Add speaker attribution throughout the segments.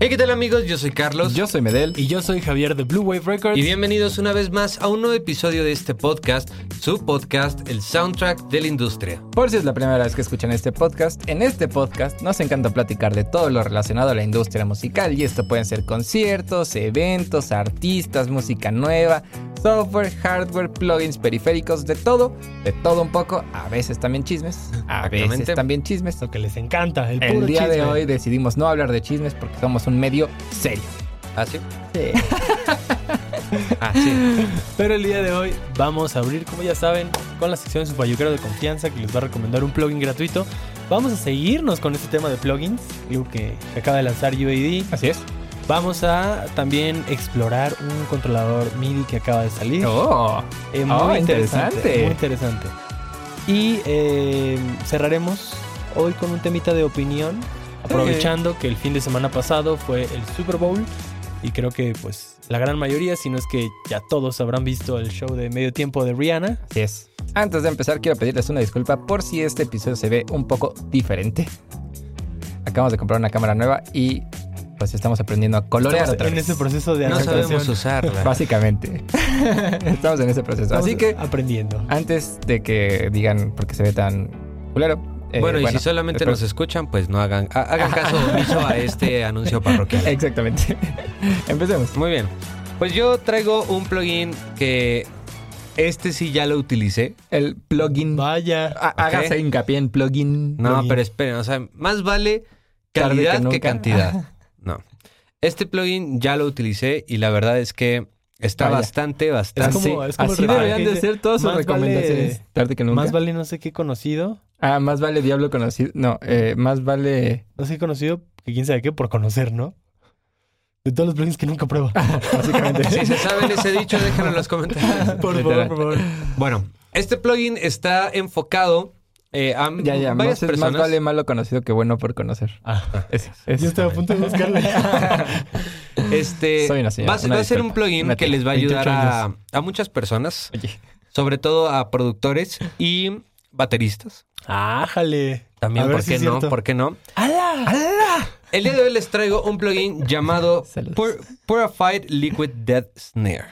Speaker 1: Hey, ¿qué tal amigos? Yo soy Carlos.
Speaker 2: Yo soy Medel.
Speaker 3: Y yo soy Javier de Blue Wave Records.
Speaker 1: Y bienvenidos una vez más a un nuevo episodio de este podcast, su podcast, el soundtrack de la industria.
Speaker 2: Por si es la primera vez que escuchan este podcast, en este podcast nos encanta platicar de todo lo relacionado a la industria musical y esto pueden ser conciertos, eventos, artistas, música nueva, software, hardware, plugins, periféricos, de todo, de todo un poco, a veces también chismes, a veces
Speaker 1: Exactamente.
Speaker 2: también chismes.
Speaker 3: Lo que les encanta, el,
Speaker 2: El
Speaker 3: puro
Speaker 2: día de
Speaker 3: chisme.
Speaker 2: hoy decidimos no hablar de chismes porque somos un medio serio.
Speaker 1: ¿Así?
Speaker 2: Sí.
Speaker 1: Ah, Así.
Speaker 3: Pero el día de hoy vamos a abrir, como ya saben, con la sección de su payuquero de confianza que les va a recomendar un plugin gratuito. Vamos a seguirnos con este tema de plugins, algo que que acaba de lanzar UAD.
Speaker 2: Así es.
Speaker 3: Vamos a también explorar un controlador MIDI que acaba de salir.
Speaker 2: Oh,
Speaker 3: Eh,
Speaker 2: Oh, interesante.
Speaker 3: Muy interesante. Y eh, cerraremos hoy con un temita de opinión, aprovechando que el fin de semana pasado fue el Super Bowl y creo que pues la gran mayoría, si no es que ya todos habrán visto el show de medio tiempo de Rihanna.
Speaker 2: así es. Antes de empezar, quiero pedirles una disculpa por si este episodio se ve un poco diferente. Acabamos de comprar una cámara nueva y pues estamos aprendiendo a colorear
Speaker 3: Estamos
Speaker 2: otra
Speaker 3: en
Speaker 2: vez.
Speaker 3: ese proceso de
Speaker 1: No
Speaker 3: adaptación.
Speaker 1: sabemos usarla.
Speaker 2: Básicamente. estamos en ese proceso.
Speaker 3: Estamos
Speaker 2: Así que
Speaker 3: aprendiendo.
Speaker 2: antes de que digan por qué se ve tan culero. eh,
Speaker 1: bueno, y si solamente
Speaker 2: espero-
Speaker 1: nos escuchan, pues no hagan, ha- hagan caso omiso a este anuncio parroquial.
Speaker 2: Exactamente. Empecemos.
Speaker 1: Muy bien. Pues yo traigo un plugin que este sí ya lo utilicé.
Speaker 2: El plugin.
Speaker 3: Vaya.
Speaker 2: Ha- Hágase hincapié en plugin.
Speaker 1: No,
Speaker 3: Plugin.
Speaker 1: pero esperen, o sea, más vale
Speaker 2: Tarde que
Speaker 1: calidad que,
Speaker 2: nunca.
Speaker 1: cantidad. No. Este plugin ya lo utilicé y la verdad es que está
Speaker 2: Vaya.
Speaker 1: bastante,
Speaker 3: Es
Speaker 1: bastante.
Speaker 3: como-
Speaker 2: así
Speaker 3: es como
Speaker 2: así
Speaker 3: el refrán
Speaker 2: deberían
Speaker 3: que
Speaker 2: de
Speaker 3: dice,
Speaker 2: ser todas sus
Speaker 3: más vale-
Speaker 2: recomendaciones. tarde que nunca.
Speaker 3: Más vale no sé qué conocido,
Speaker 2: Ah, más vale diablo conocido. No, eh, más vale.
Speaker 3: no sé qué conocido, que quién sabe qué, por conocer, ¿no? De todos los plugins que nunca pruebo.
Speaker 2: Básicamente.
Speaker 1: Si se saben ese dicho, déjenlo en los comentarios.
Speaker 3: por favor,
Speaker 2: Literal.
Speaker 3: por favor.
Speaker 1: Bueno, este plugin está enfocado eh, a
Speaker 2: Ya, ya.
Speaker 1: varias
Speaker 2: Más, es- más
Speaker 1: personas.
Speaker 2: vale malo conocido que bueno por conocer.
Speaker 3: Ah,
Speaker 2: Es- es-
Speaker 3: Yo estaba a punto de buscarle.
Speaker 1: Este
Speaker 2: Soy una señora,
Speaker 1: va, a ser-
Speaker 2: una
Speaker 1: va a ser
Speaker 2: disculpa.
Speaker 1: un plugin
Speaker 2: Una
Speaker 1: que
Speaker 2: tía,
Speaker 1: les va a
Speaker 3: 28
Speaker 1: ayudar a, a muchas personas, sobre todo a productores y bateristas.
Speaker 3: Ájale.
Speaker 1: También,
Speaker 3: A ver
Speaker 1: ¿por
Speaker 3: si
Speaker 1: qué
Speaker 3: es
Speaker 1: no?
Speaker 3: cierto.
Speaker 1: ¿Por qué no?
Speaker 3: ¡Ala!
Speaker 1: El día de hoy les traigo un plugin llamado
Speaker 2: Saludos.
Speaker 1: Pur- Purified Liquid Death Snare.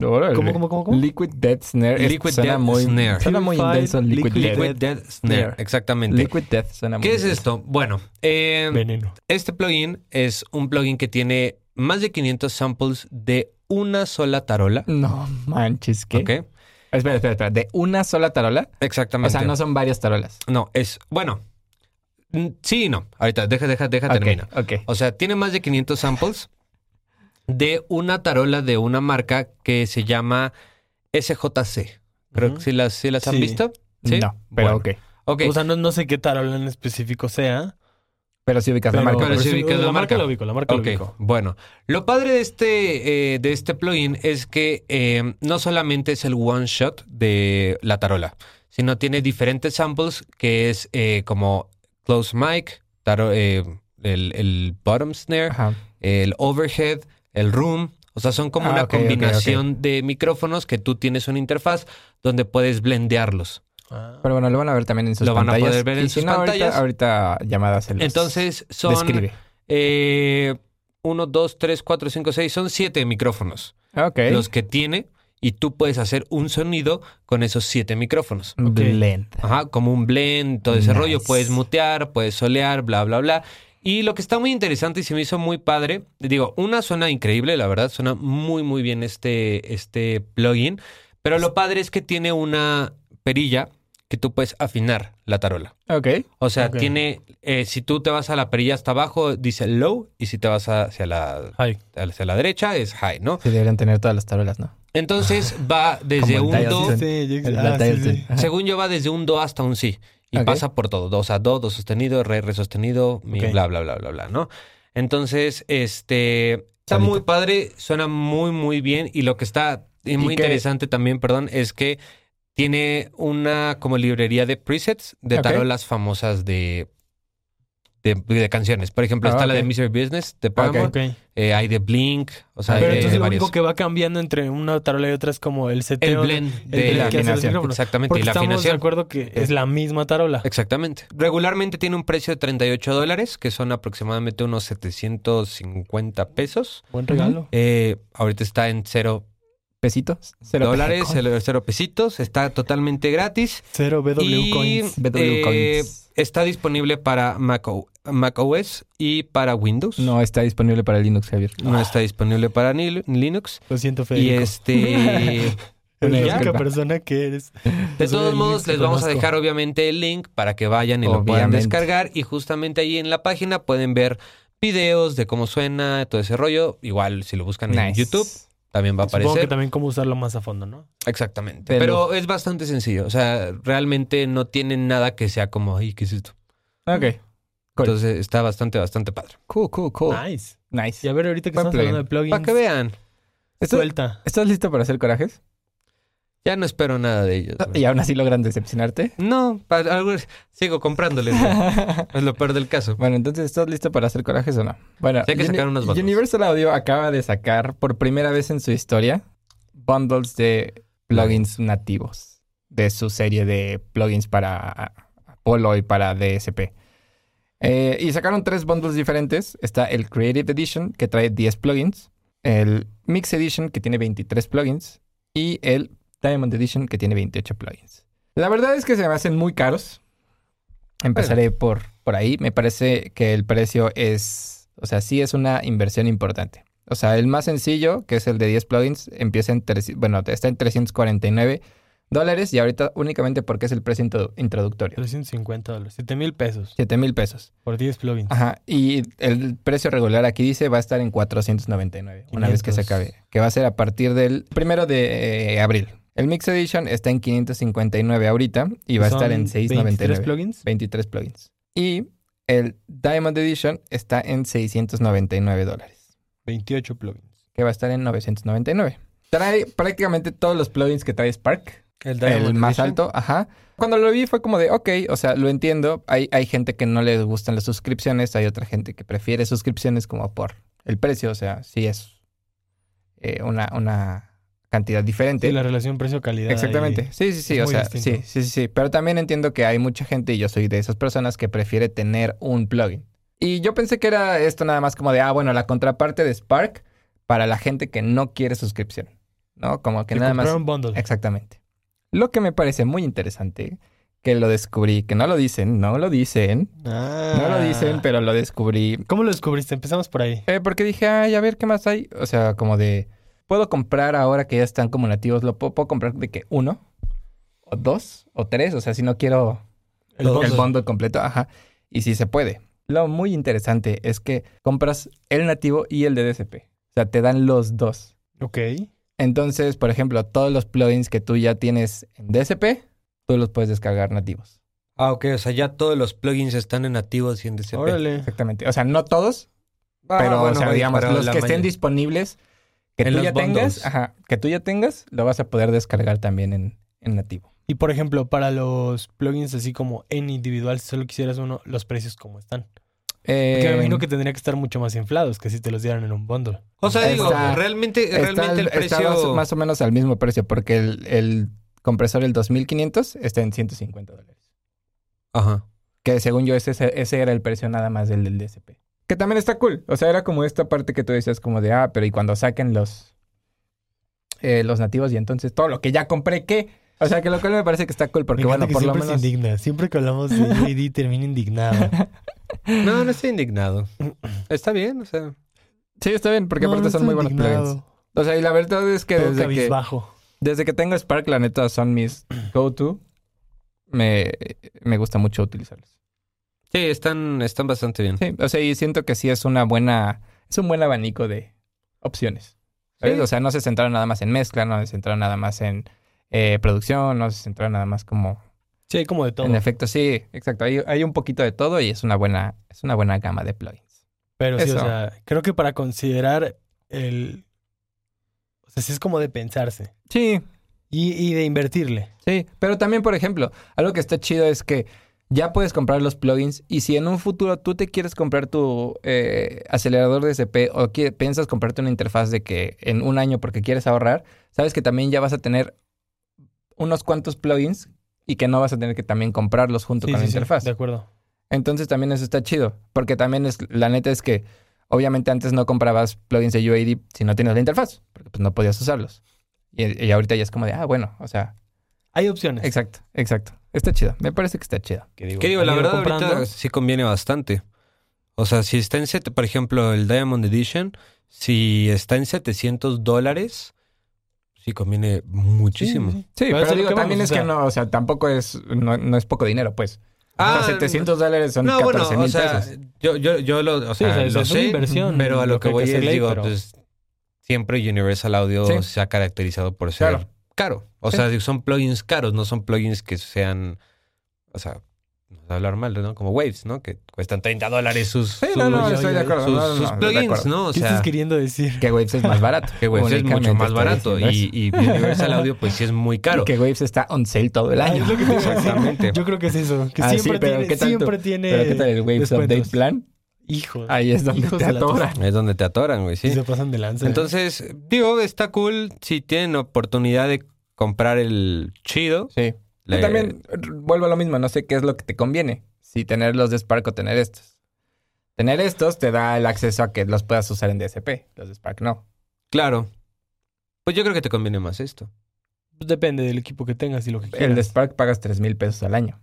Speaker 2: Órale.
Speaker 3: ¿Cómo, cómo, cómo, cómo?
Speaker 2: Liquid Death Snare. Es-
Speaker 1: Liquid
Speaker 2: suena
Speaker 1: Death
Speaker 2: muy,
Speaker 1: Snare.
Speaker 2: Suena muy
Speaker 3: Purified
Speaker 2: intenso Liquid,
Speaker 3: Liquid
Speaker 2: Death.
Speaker 1: Liquid Death Snare,
Speaker 2: Snare.
Speaker 1: exactamente.
Speaker 2: Liquid Death suena muy
Speaker 1: ¿Qué es
Speaker 2: intenso.
Speaker 1: esto? Bueno, eh,
Speaker 3: Veneno.
Speaker 1: este plugin es un plugin que tiene más de 500 samples de una sola tarola.
Speaker 2: No manches, ¿qué?
Speaker 1: ¿Ok?
Speaker 2: Espera, espera, espera. ¿De una sola tarola? O
Speaker 1: Exactamente.
Speaker 2: sea, no son varias tarolas.
Speaker 1: No, es. Bueno. mm, Sí y no. Ahorita, deja, deja, deja,
Speaker 2: Ok,
Speaker 1: termina.
Speaker 2: Ok.
Speaker 1: O sea, tiene más de 500 samples de una tarola de una marca que se llama SJC. Creo
Speaker 3: Ujú.
Speaker 1: que sí las, sí las han
Speaker 3: Sí.
Speaker 1: visto. ¿Sí?
Speaker 2: No,
Speaker 1: Bueno,
Speaker 2: pero ok.
Speaker 1: Ok.
Speaker 3: O sea, no, no sé qué tarola en específico sea.
Speaker 2: Pero sí ubicas
Speaker 3: pero-
Speaker 2: la marca.
Speaker 1: pero
Speaker 3: pero
Speaker 1: sí
Speaker 3: sí,
Speaker 1: ubicas la marca.
Speaker 3: la ubico, la marca
Speaker 1: Ok,
Speaker 3: la ubico.
Speaker 1: Bueno, lo padre de este, eh, de este plugin es que eh, no solamente es el one shot de la tarola, sino tiene diferentes samples que es eh, como close mic, taro- eh, el, el bottom snare,
Speaker 2: pues, Ajá.
Speaker 1: el overhead, el room. O sea, son como
Speaker 2: Ah,
Speaker 1: una
Speaker 2: ok, ok, ok.
Speaker 1: combinación de micrófonos que tú tienes una interfaz donde puedes blendearlos.
Speaker 3: Ah.
Speaker 2: Pero bueno, lo van a ver también en sus
Speaker 1: Lo van a
Speaker 2: pantallas.
Speaker 1: poder ver en
Speaker 2: Y si
Speaker 1: sus
Speaker 2: no, ahorita-
Speaker 1: pantallas.
Speaker 2: Ahorita, llamadas se los
Speaker 1: Entonces, son
Speaker 2: describe.
Speaker 1: eh, uno, dos, tres, cuatro, cinco, seis, son siete micrófonos.
Speaker 2: Ok.
Speaker 1: los que tiene y tú puedes hacer un sonido con esos siete micrófonos.
Speaker 2: Blend.
Speaker 1: Ajá, como un blend, todo ese
Speaker 2: Nice.
Speaker 1: rollo. Puedes mutear, puedes solear, bla, bla, bla. Y lo que está muy interesante y se me hizo muy padre, digo, una suena increíble, la verdad, suena muy, muy bien este, este plugin. Pero lo padre es que tiene una perilla que tú puedes afinar la tarola.
Speaker 2: Ok.
Speaker 1: O sea,
Speaker 3: Ok.
Speaker 1: tiene, eh, si tú te vas a la perilla hasta abajo, dice low, y si te vas hacia la,
Speaker 3: Ay,
Speaker 1: hacia la derecha, es high, ¿no?
Speaker 2: Sí, deberían tener todas las tablas, ¿no?
Speaker 1: Entonces va desde
Speaker 2: el
Speaker 1: un
Speaker 2: Dial
Speaker 1: do,
Speaker 2: System.
Speaker 3: sí, yo-
Speaker 2: El
Speaker 3: ah, sí,
Speaker 2: Black
Speaker 3: sí.
Speaker 2: Dial. Ajá.
Speaker 1: según yo va desde un do hasta un si y
Speaker 2: Ok.
Speaker 1: pasa por todo, o sea, do, do sostenido, re, re sostenido, mi,
Speaker 3: Ok.
Speaker 1: bla, bla, bla, bla, bla, ¿no? Entonces, este, está
Speaker 2: Solito.
Speaker 1: muy padre, suena muy, muy bien y lo que está eh, muy
Speaker 2: ¿Y qué?
Speaker 1: interesante también, perdón, es que tiene una como librería de presets de
Speaker 2: Ok.
Speaker 1: tarolas famosas de de, de canciones. Por ejemplo,
Speaker 2: Ah,
Speaker 1: está la
Speaker 2: ok.
Speaker 1: de Misery Business, de
Speaker 2: Ok.
Speaker 1: Paramore.
Speaker 3: Ok.
Speaker 1: eh, hay de Blink, o sea, hay
Speaker 3: Pero
Speaker 1: de
Speaker 3: entonces lo
Speaker 1: varios.
Speaker 3: único que va cambiando entre una tarola y otra es como el
Speaker 1: El
Speaker 3: seteo.
Speaker 1: blend
Speaker 3: el
Speaker 1: de
Speaker 3: blend
Speaker 1: la
Speaker 3: que hacen los
Speaker 2: afinación.
Speaker 3: micrófonos.
Speaker 1: Exactamente,
Speaker 3: Porque
Speaker 1: y la
Speaker 3: estamos de
Speaker 1: afinación.
Speaker 3: acuerdo que es la misma tarola.
Speaker 1: Exactamente. Regularmente tiene un precio de 38 dólares, que son aproximadamente unos 750 pesos.
Speaker 3: Buen regalo.
Speaker 1: Eh, ahorita está en cero
Speaker 2: Pesitos. Cero
Speaker 1: dólares,
Speaker 2: pesos.
Speaker 1: cero, cero pesitos. Está totalmente gratis.
Speaker 3: Cero BW
Speaker 1: y,
Speaker 3: Coins.
Speaker 2: BW
Speaker 1: eh,
Speaker 2: Coins.
Speaker 1: Está disponible para Mac, O- Mac OS y para Windows.
Speaker 2: No está disponible para Linux, Javier.
Speaker 1: No está disponible para ni- Linux.
Speaker 3: Lo siento, Federico.
Speaker 1: Y este.
Speaker 3: Eres la
Speaker 2: Ya.
Speaker 3: única persona que eres.
Speaker 1: De
Speaker 3: Soy
Speaker 1: todos
Speaker 3: el
Speaker 1: modos,
Speaker 3: que
Speaker 1: les vamos a
Speaker 3: conozco.
Speaker 1: dejar obviamente el link para que vayan y lo puedan
Speaker 2: Obviamente.
Speaker 1: descargar. Y justamente ahí en la página pueden ver videos de cómo suena, todo ese rollo. Igual si lo buscan en
Speaker 2: Nice.
Speaker 1: YouTube, también va a
Speaker 3: Supongo que
Speaker 1: aparecer.
Speaker 3: también cómo usarlo más a fondo, ¿no?
Speaker 1: Exactamente.
Speaker 2: De
Speaker 1: Pero es bastante sencillo. O sea, realmente no tienen nada que sea como, ay, ¿qué es esto?
Speaker 2: Ok. Cool.
Speaker 1: Entonces está bastante, bastante padre.
Speaker 2: Cool, cool, cool.
Speaker 3: Nice.
Speaker 2: Nice.
Speaker 3: Y a ver, ahorita que
Speaker 2: Oh. Buen
Speaker 3: estamos
Speaker 2: plugin.
Speaker 3: hablando de plugins.
Speaker 1: Para que vean.
Speaker 2: ¿Estás,
Speaker 3: Suelta.
Speaker 2: estás listo para hacer corajes?
Speaker 1: Ya no espero nada de ellos. güey.
Speaker 2: Y aún así logran decepcionarte.
Speaker 1: No, para algo- sigo comprándoles. güey. es lo peor del caso.
Speaker 2: Bueno, entonces, ¿estás listo para hacer corajes o no? Bueno,
Speaker 1: Sé que sacaron unos bundles.
Speaker 2: Universal Audio acaba de sacar por primera vez en su historia bundles de plugins nativos de su serie de plugins para Apollo y para DSP. Eh, y sacaron tres bundles diferentes. Está el Creative Edition, que trae 10 plugins. El Mix Edition, que tiene 23 plugins. Y el Diamond Edition, que tiene 28 plugins. La verdad es que se me hacen muy caros. Empezaré por, por ahí. Me parece que el precio es, o sea, sí es una inversión importante. O sea, el más sencillo, que es el de 10 plugins, empieza en, tres- bueno, está en 349 dólares y ahorita únicamente porque es el precio introdu- introductorio.
Speaker 3: 350 dólares. 7 mil pesos
Speaker 2: 7 mil pesos.
Speaker 3: por 10 plugins.
Speaker 2: Ajá, y el precio regular aquí dice va a estar en 499 una vez que se
Speaker 3: 500.
Speaker 2: acabe, que va a ser a partir del primero de eh, abril. El Mix Edition está en 559 ahorita y va a estar en
Speaker 3: 6.93
Speaker 2: 699.
Speaker 3: plugins.
Speaker 2: 23 plugins. Y el Diamond Edition está en 699 dólares,
Speaker 3: 28 plugins.
Speaker 2: que va a estar en 999. Trae prácticamente todos los plugins que trae Spark
Speaker 3: El,
Speaker 2: el más alto, ajá. Cuando lo vi fue como de, ok, o sea, lo entiendo. Hay, hay gente que no le gustan las suscripciones, hay otra gente que prefiere suscripciones como por el precio, o sea, sí es eh, una, una cantidad diferente.
Speaker 3: Sí, la relación precio-calidad. ahí.
Speaker 2: Exactamente. Sí, sí, sí.
Speaker 3: es
Speaker 2: O
Speaker 3: muy
Speaker 2: sea,
Speaker 3: distinto.
Speaker 2: sí, sí, sí, sí. Pero también entiendo que hay mucha gente, y yo soy de esas personas, que prefiere tener un plugin. Y yo pensé que era esto nada más como de, ah, bueno, la contraparte de Spark para la gente que no quiere suscripción, ¿no? Como que
Speaker 3: Que
Speaker 2: nada más.
Speaker 3: compraron bundle.
Speaker 2: Exactamente. Lo que me parece muy interesante, que lo descubrí, que no lo dicen, no lo dicen, no lo dicen, pero lo descubrí.
Speaker 3: Ah. ¿Cómo lo descubriste? Empezamos por ahí.
Speaker 2: Eh, porque dije, ay, a ver qué más hay. O sea, como de, puedo comprar ahora que ya están como nativos, lo puedo, puedo comprar de que uno, o dos, o tres, o sea, si no quiero
Speaker 3: El
Speaker 2: el,
Speaker 3: bundle.
Speaker 2: bundle completo, ajá, y si se puede. Lo muy interesante es que compras el nativo y el de DSP. O sea, te dan los dos.
Speaker 3: Ok.
Speaker 2: Entonces, por ejemplo, todos los plugins que tú ya tienes en DSP, tú los puedes descargar nativos.
Speaker 1: Ah, ok. O sea, ya todos los plugins están en nativos y en DCP.
Speaker 3: Órale.
Speaker 2: Exactamente. O sea, no todos,
Speaker 1: Ah,
Speaker 2: pero o sea, digamos, los que estén disponibles, que
Speaker 1: En
Speaker 2: tú
Speaker 1: los
Speaker 2: ya tengas,
Speaker 1: bundles.
Speaker 2: ajá, que tú ya tengas, lo vas a poder descargar también en, en nativo.
Speaker 3: Y por ejemplo, para los plugins así como en individual, si solo quisieras uno, los precios cómo están. Porque
Speaker 2: Eh,
Speaker 3: me imagino que tendría que estar mucho más inflados que si te los dieran en un bundle.
Speaker 1: O sea, digo,
Speaker 2: Está-
Speaker 1: realmente,
Speaker 2: está-
Speaker 1: realmente el
Speaker 2: está
Speaker 1: precio.
Speaker 2: más, más o menos al mismo precio, porque el, el compresor, el 2500, está en 150 dólares.
Speaker 1: Ajá.
Speaker 2: Que según yo, ese, ese era el precio nada más del, del DSP. Que también está cool. O sea, era como esta parte que tú decías, como de, ah, pero y cuando saquen los, eh, los nativos y entonces todo lo que ya compré, ¿qué? O sea, que lo cual me parece que está cool, porque
Speaker 3: Me
Speaker 2: bueno,
Speaker 3: encanta que
Speaker 2: por lo
Speaker 3: siempre
Speaker 2: menos.
Speaker 3: se indigna. Siempre que hablamos de JD termina indignado.
Speaker 1: No, no estoy indignado. Está bien, o sea.
Speaker 2: Sí, está bien, porque
Speaker 3: No,
Speaker 2: aparte
Speaker 3: no
Speaker 2: son
Speaker 3: estoy
Speaker 2: muy buenos
Speaker 3: indignado.
Speaker 2: plugins. O sea, y la verdad es que
Speaker 3: Todo
Speaker 2: desde que,
Speaker 3: cabizbajo.
Speaker 2: desde que tengo Spark, la neta son mis go-to. Me, me gusta mucho utilizarlos.
Speaker 1: Sí, están, están bastante bien.
Speaker 2: Sí, o sea, y siento que sí es una buena, es un buen abanico de opciones. ¿sabes?
Speaker 1: Sí.
Speaker 2: O sea, no se centraron nada más en mezcla, no se centraron nada más en eh, producción, no se centraron nada más como
Speaker 3: Sí, hay como de todo.
Speaker 2: en efecto, sí, exacto. Hay, hay un poquito de todo y es una buena, es una buena gama de plugins.
Speaker 3: Pero sí, o
Speaker 2: Eso.
Speaker 3: sea, creo que para considerar el. O sea, sí es como de pensarse
Speaker 2: Sí,
Speaker 3: y, y de invertirle.
Speaker 2: sí. Pero también, por ejemplo, algo que está chido es que ya puedes comprar los plugins y si en un futuro tú te quieres comprar tu eh, acelerador de SP o que, piensas comprarte una interfaz de que en un año porque quieres ahorrar, sabes que también ya vas a tener unos cuantos plugins y que no vas a tener que también comprarlos junto
Speaker 3: Sí,
Speaker 2: con
Speaker 3: sí,
Speaker 2: la
Speaker 3: sí,
Speaker 2: interfaz.
Speaker 3: de acuerdo.
Speaker 2: Entonces también eso está chido, porque también es, la neta es que obviamente antes no comprabas plugins de UAD si no tenías la interfaz, porque pues no podías usarlos. Y, y ahorita ya es como de, ah, bueno, o sea,
Speaker 3: Hay opciones.
Speaker 2: exacto, exacto. Está chido, me parece que está chido.
Speaker 3: Que digo,
Speaker 1: Que digo, la
Speaker 3: han ido
Speaker 1: verdad ahorita
Speaker 3: comprando.
Speaker 1: sí conviene bastante. O sea, si está en, set- por ejemplo, el Diamond Edition, si está en 700 dólares, sí conviene muchísimo.
Speaker 3: Sí, sí, sí.
Speaker 2: Sí,
Speaker 3: Pero
Speaker 2: pero,
Speaker 3: eso es lo
Speaker 2: digo,
Speaker 3: que vamos,
Speaker 2: también
Speaker 3: o
Speaker 2: es que
Speaker 3: sea.
Speaker 2: no, o sea, tampoco es, no, no es poco dinero, pues.
Speaker 1: Ah,
Speaker 2: o sea, 700 dólares son
Speaker 1: No,
Speaker 2: 14
Speaker 1: bueno, o
Speaker 2: mil
Speaker 1: sea,
Speaker 2: pesos.
Speaker 1: yo, yo, yo lo, o
Speaker 3: Sí, o
Speaker 1: sea,
Speaker 3: sea,
Speaker 1: lo
Speaker 3: es una
Speaker 1: sé,
Speaker 3: inversión.
Speaker 1: pero a lo, que
Speaker 3: hay
Speaker 1: voy es,
Speaker 3: hacerle ahí,
Speaker 1: digo,
Speaker 3: pero-
Speaker 1: pues siempre Universal Audio
Speaker 2: Sí.
Speaker 1: se ha caracterizado por ser
Speaker 2: Claro.
Speaker 1: caro. O
Speaker 2: Sí.
Speaker 1: sea, digo, son plugins caros, no son plugins que sean, o sea, no sé hablar mal, ¿no? Como Waves, ¿no? Que cuestan 30 dólares sus,
Speaker 2: Sí, no,
Speaker 1: sus-
Speaker 2: no,
Speaker 3: oye,
Speaker 2: estoy de
Speaker 3: oye,
Speaker 2: acuerdo.
Speaker 1: sus-
Speaker 2: no, no,
Speaker 1: sus
Speaker 2: no, de
Speaker 1: plugins,
Speaker 2: acuerdo.
Speaker 1: ¿no? O
Speaker 3: ¿Qué estás
Speaker 1: sea,
Speaker 3: queriendo decir?
Speaker 2: Que Waves es más barato.
Speaker 1: que Waves es mucho
Speaker 2: Únicamente
Speaker 1: más
Speaker 2: estoy
Speaker 1: barato
Speaker 2: diciendo
Speaker 1: y,
Speaker 2: eso.
Speaker 1: y Universal Audio pues sí es muy caro.
Speaker 2: Y que Waves está on sale todo el
Speaker 3: Ah,
Speaker 2: año.
Speaker 3: es lo que te iba a decir.
Speaker 1: Exactamente.
Speaker 3: Yo creo que es eso. Que
Speaker 2: Ah, sí,
Speaker 3: siempre
Speaker 2: pero
Speaker 3: tiene.
Speaker 2: ¿qué tal tu-
Speaker 3: siempre tiene.
Speaker 2: Pero ¿qué tal el Waves
Speaker 3: descuentos.
Speaker 2: Update Plan?
Speaker 3: Hijo.
Speaker 2: Ahí es donde
Speaker 3: Hijos
Speaker 2: te
Speaker 3: de la
Speaker 2: atoran.
Speaker 1: Es donde te atoran, güey, sí.
Speaker 3: Se pasan de lanza.
Speaker 1: Entonces, digo, está cool si tienen oportunidad de comprar el chido.
Speaker 2: Sí.
Speaker 1: Le-
Speaker 2: Yo también eh, vuelvo a lo mismo, no sé qué es lo que te conviene, si tener los de Spark o tener estos. Tener estos te da el acceso a que los puedas usar en DSP, los de Spark no.
Speaker 1: Claro. Pues yo creo que te conviene más esto.
Speaker 3: Pues depende del equipo que tengas y lo que quieras.
Speaker 2: El de Spark pagas 3 mil pesos al año.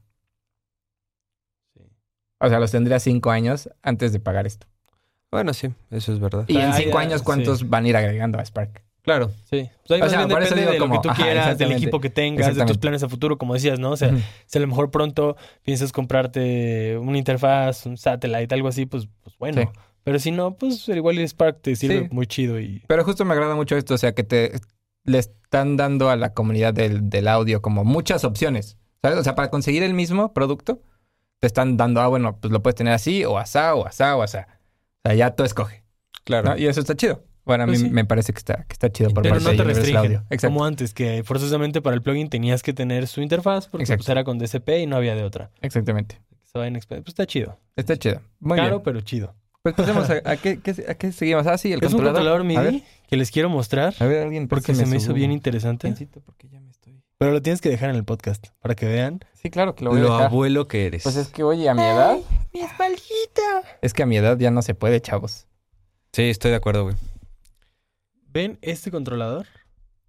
Speaker 2: O sea, los tendrías 5 años antes de pagar esto.
Speaker 1: Bueno, sí, eso es verdad.
Speaker 2: Y
Speaker 3: Ah,
Speaker 2: en 5
Speaker 3: ya,
Speaker 2: años, ¿cuántos
Speaker 3: sí.
Speaker 2: van a ir agregando a Spark?
Speaker 1: Claro.
Speaker 3: Sí. O sea, ahí
Speaker 2: O
Speaker 3: más
Speaker 2: sea,
Speaker 3: bien
Speaker 2: por eso
Speaker 3: depende
Speaker 2: digo
Speaker 3: de lo
Speaker 2: como,
Speaker 3: que tú
Speaker 2: ajá,
Speaker 3: quieras, del
Speaker 2: exactamente.
Speaker 3: equipo que tengas, de tus
Speaker 2: Exactamente.
Speaker 3: planes a futuro, como decías, ¿no? O sea,
Speaker 2: Ujú.
Speaker 3: si a lo mejor pronto piensas comprarte una interfaz, un satellite, algo así, pues, pues bueno.
Speaker 2: Sí.
Speaker 3: Pero si no, pues al igual el Spark te sirve
Speaker 2: Sí.
Speaker 3: muy chido y...
Speaker 2: Pero justo me agrada mucho esto, o sea, que te le están dando a la comunidad del, del audio como muchas opciones, ¿sabes? O sea, para conseguir el mismo producto, te están dando, ah, bueno, pues lo puedes tener así, o asá, o asá, o asá. O sea, ya tú escoge,
Speaker 1: Claro.
Speaker 2: ¿no? Y eso está chido. Bueno, a mí
Speaker 3: Pues sí.
Speaker 2: me parece que está, que está chido por
Speaker 3: Pero
Speaker 2: parte
Speaker 3: no
Speaker 2: de
Speaker 3: te
Speaker 2: Universal
Speaker 3: restringen,
Speaker 2: Audio. Exacto,
Speaker 3: como antes, que forzosamente para el plugin tenías que tener su interfaz, porque
Speaker 2: Exacto.
Speaker 3: pues, era con DCP y no había de otra.
Speaker 2: exactamente.
Speaker 3: Se va en exp- Pues está chido.
Speaker 2: Está chido. Muy
Speaker 3: Caro,
Speaker 2: bien.
Speaker 3: pero chido.
Speaker 2: Pues pasemos a, a qué, qué- a qué seguimos. Ah, sí, el
Speaker 3: Es un
Speaker 2: controlador.
Speaker 3: controlador
Speaker 2: A ver,
Speaker 3: MIDI que les quiero mostrar
Speaker 2: a ver, alguien.
Speaker 3: porque se me hizo bien interesante.
Speaker 2: interesante. porque ya me estoy...
Speaker 3: Pero lo tienes que dejar en el podcast para que vean.
Speaker 2: Sí, claro que lo voy a
Speaker 1: Lo
Speaker 2: dejar.
Speaker 1: abuelo que eres.
Speaker 2: Pues es que, oye, a mi edad...
Speaker 3: Mi espaldita.
Speaker 2: Es que a mi edad ya no se puede, chavos.
Speaker 1: Sí, estoy de acuerdo, güey.
Speaker 3: ¿Ven este controlador?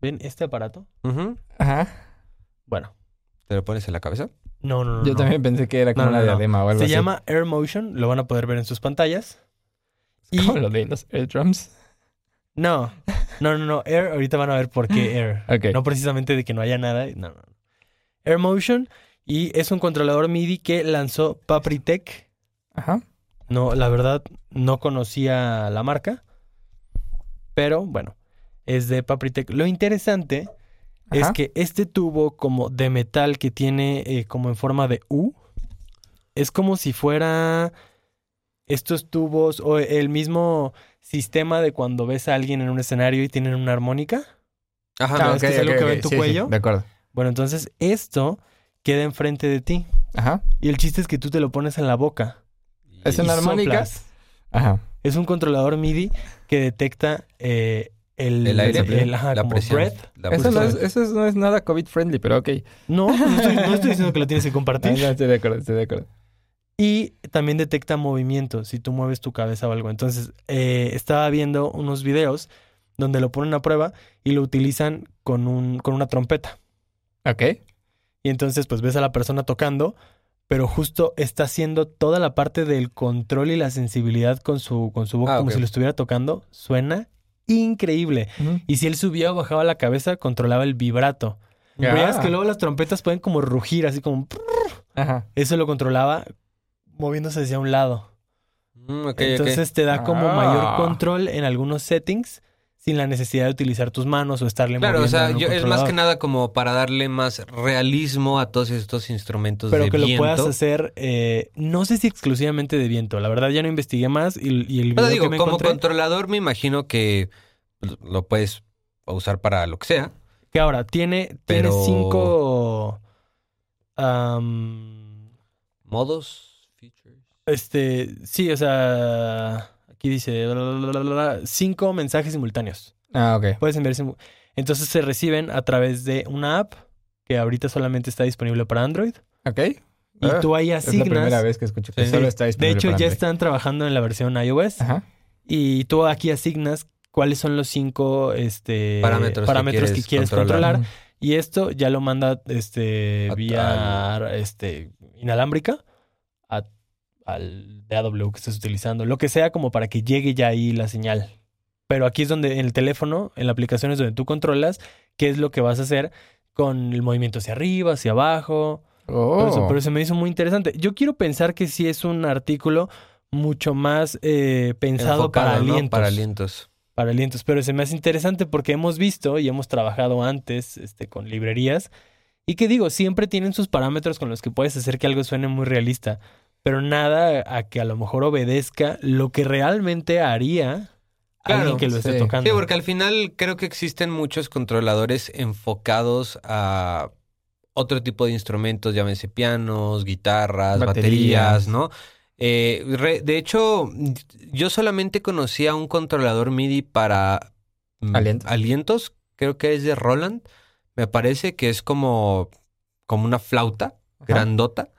Speaker 3: ¿Ven este aparato?
Speaker 1: Ujú.
Speaker 2: Ajá.
Speaker 3: Bueno.
Speaker 1: ¿Te lo pones en la cabeza?
Speaker 3: No, no, no.
Speaker 2: Yo
Speaker 3: no.
Speaker 2: también pensé que era como
Speaker 3: No, no,
Speaker 2: una
Speaker 3: no.
Speaker 2: diadema o algo
Speaker 3: Se
Speaker 2: así.
Speaker 3: llama Air Motion. Lo van a poder ver en sus pantallas. Y...
Speaker 2: Como lo de los eardrums.
Speaker 3: No. No, no, no. Air, ahorita van a ver por qué Air.
Speaker 2: Ok.
Speaker 3: No precisamente de que no haya nada. No, no. no. Air Motion. Y es un controlador MIDI que lanzó Papritech.
Speaker 2: Ajá.
Speaker 3: No, la verdad, no conocía la marca. Pero bueno, es de Papritech. Lo interesante es
Speaker 2: Ajá.
Speaker 3: que este tubo como de metal que tiene eh, como en forma de U es como si fuera estos tubos o el mismo sistema de cuando ves a alguien en un escenario y tienen una armónica.
Speaker 1: Ajá.
Speaker 3: Ah,
Speaker 1: no,
Speaker 3: es que es algo que ve en tu
Speaker 2: Sí, sí,
Speaker 3: cuello.
Speaker 2: de acuerdo.
Speaker 3: Bueno, entonces esto queda enfrente de ti
Speaker 2: Ajá.
Speaker 3: y el chiste es que tú te lo pones en la boca.
Speaker 2: Es
Speaker 1: y-
Speaker 2: una
Speaker 3: y
Speaker 2: armónica.
Speaker 3: soplas.
Speaker 2: Ajá.
Speaker 3: Es un controlador MIDI que detecta eh, el,
Speaker 1: el aire,
Speaker 3: el- ajá,
Speaker 1: la
Speaker 3: como
Speaker 1: presión.
Speaker 3: breath.
Speaker 1: la
Speaker 2: Eso no, es,
Speaker 1: presión.
Speaker 2: eso es- no es nada COVID-friendly, pero ok.
Speaker 3: No, no estoy, no estoy diciendo que lo tienes que
Speaker 2: No, no,
Speaker 3: compartir.
Speaker 2: estoy de acuerdo, estoy de acuerdo.
Speaker 3: Y también detecta movimiento, si tú mueves tu cabeza o algo. Entonces, eh, estaba viendo unos videos donde lo ponen a prueba y lo utilizan con, un, con una trompeta.
Speaker 2: Ok.
Speaker 3: Y entonces, pues ves a la persona tocando, pero justo está haciendo toda la parte del control y la sensibilidad con su, con su boca,
Speaker 1: Ah,
Speaker 3: como
Speaker 1: ok.
Speaker 3: si lo estuviera tocando. Suena increíble. Y si él subía o bajaba la cabeza, controlaba el vibrato.
Speaker 2: Ah.
Speaker 3: Veas que luego las trompetas pueden como rugir, así como...
Speaker 2: Ajá.
Speaker 3: Eso lo controlaba moviéndose hacia un lado.
Speaker 1: Mm, ok, ok.
Speaker 3: Entonces te da como
Speaker 2: Ah.
Speaker 3: mayor control en algunos settings sin la necesidad de utilizar tus manos o estarle
Speaker 1: Claro, o
Speaker 3: moviendo
Speaker 1: sea,
Speaker 3: en un
Speaker 1: yo- es más que
Speaker 3: controlador.
Speaker 1: nada como para darle más realismo a todos estos instrumentos
Speaker 3: Pero
Speaker 1: pues, de
Speaker 3: que lo
Speaker 1: viento.
Speaker 3: puedas hacer, eh, no sé si exclusivamente de viento. La verdad ya no investigué más y, y el video
Speaker 1: Pero
Speaker 3: que
Speaker 1: digo,
Speaker 3: me
Speaker 1: como
Speaker 3: encontré-
Speaker 1: controlador me imagino que lo puedes usar para lo que sea.
Speaker 3: que ahora tiene,
Speaker 1: Pero-
Speaker 3: tiene cinco am,
Speaker 1: modos, features.
Speaker 3: Este, sí, o sea, aquí dice bla, bla, bla, bla, bla, cinco mensajes simultáneos.
Speaker 2: Ah, ok.
Speaker 3: Puedes enviar simu- Entonces se reciben a través de una app que ahorita solamente está disponible para Android.
Speaker 2: Ok.
Speaker 3: Y
Speaker 2: Ah,
Speaker 3: tú ahí
Speaker 2: es la primera
Speaker 3: asignas.
Speaker 2: vez que escucho que
Speaker 1: Sí.
Speaker 2: solo está
Speaker 3: De
Speaker 2: disponible
Speaker 3: hecho,
Speaker 2: para
Speaker 3: ya
Speaker 2: Android.
Speaker 3: están trabajando en la versión iOS.
Speaker 2: Ajá.
Speaker 3: Y tú aquí asignas cuáles son los cinco este,
Speaker 1: Parámetros que
Speaker 3: parámetros
Speaker 1: quieres
Speaker 3: que quieres
Speaker 1: controlar.
Speaker 3: controlar.
Speaker 2: Mm.
Speaker 3: Y esto ya lo manda este,
Speaker 1: A-
Speaker 3: vía este, inalámbrica a- al DAW que estés utilizando, lo que sea como para que llegue ya ahí la señal. Pero aquí es donde en el teléfono, en la aplicación es donde tú controlas qué es lo que vas a hacer con el movimiento hacia arriba, hacia abajo.
Speaker 2: Oh.
Speaker 3: Todo eso, pero se me hizo muy interesante. Yo quiero pensar que sí es un artículo mucho más eh, pensado
Speaker 1: Enfocado,
Speaker 3: para
Speaker 1: ¿no?
Speaker 3: alientos.
Speaker 1: Para alientos.
Speaker 3: para alientos. Pero se me hace interesante porque hemos visto y hemos trabajado antes este, con librerías. Y que digo, siempre tienen sus parámetros con los que puedes hacer que algo suene muy realista. Pero nada a que a lo mejor obedezca lo que realmente haría
Speaker 1: Claro,
Speaker 3: alguien que lo esté
Speaker 2: sí.
Speaker 3: tocando.
Speaker 1: Sí, porque al final creo que existen muchos controladores enfocados a otro tipo de instrumentos, llámense pianos, guitarras,
Speaker 2: Baterías.
Speaker 1: baterías, ¿no? Eh, re- de hecho, yo solamente conocía un controlador MIDI para mm,
Speaker 2: Alientos.
Speaker 1: alientos, creo que es de Roland. Me parece que es como, como una flauta
Speaker 2: Ajá.
Speaker 1: grandota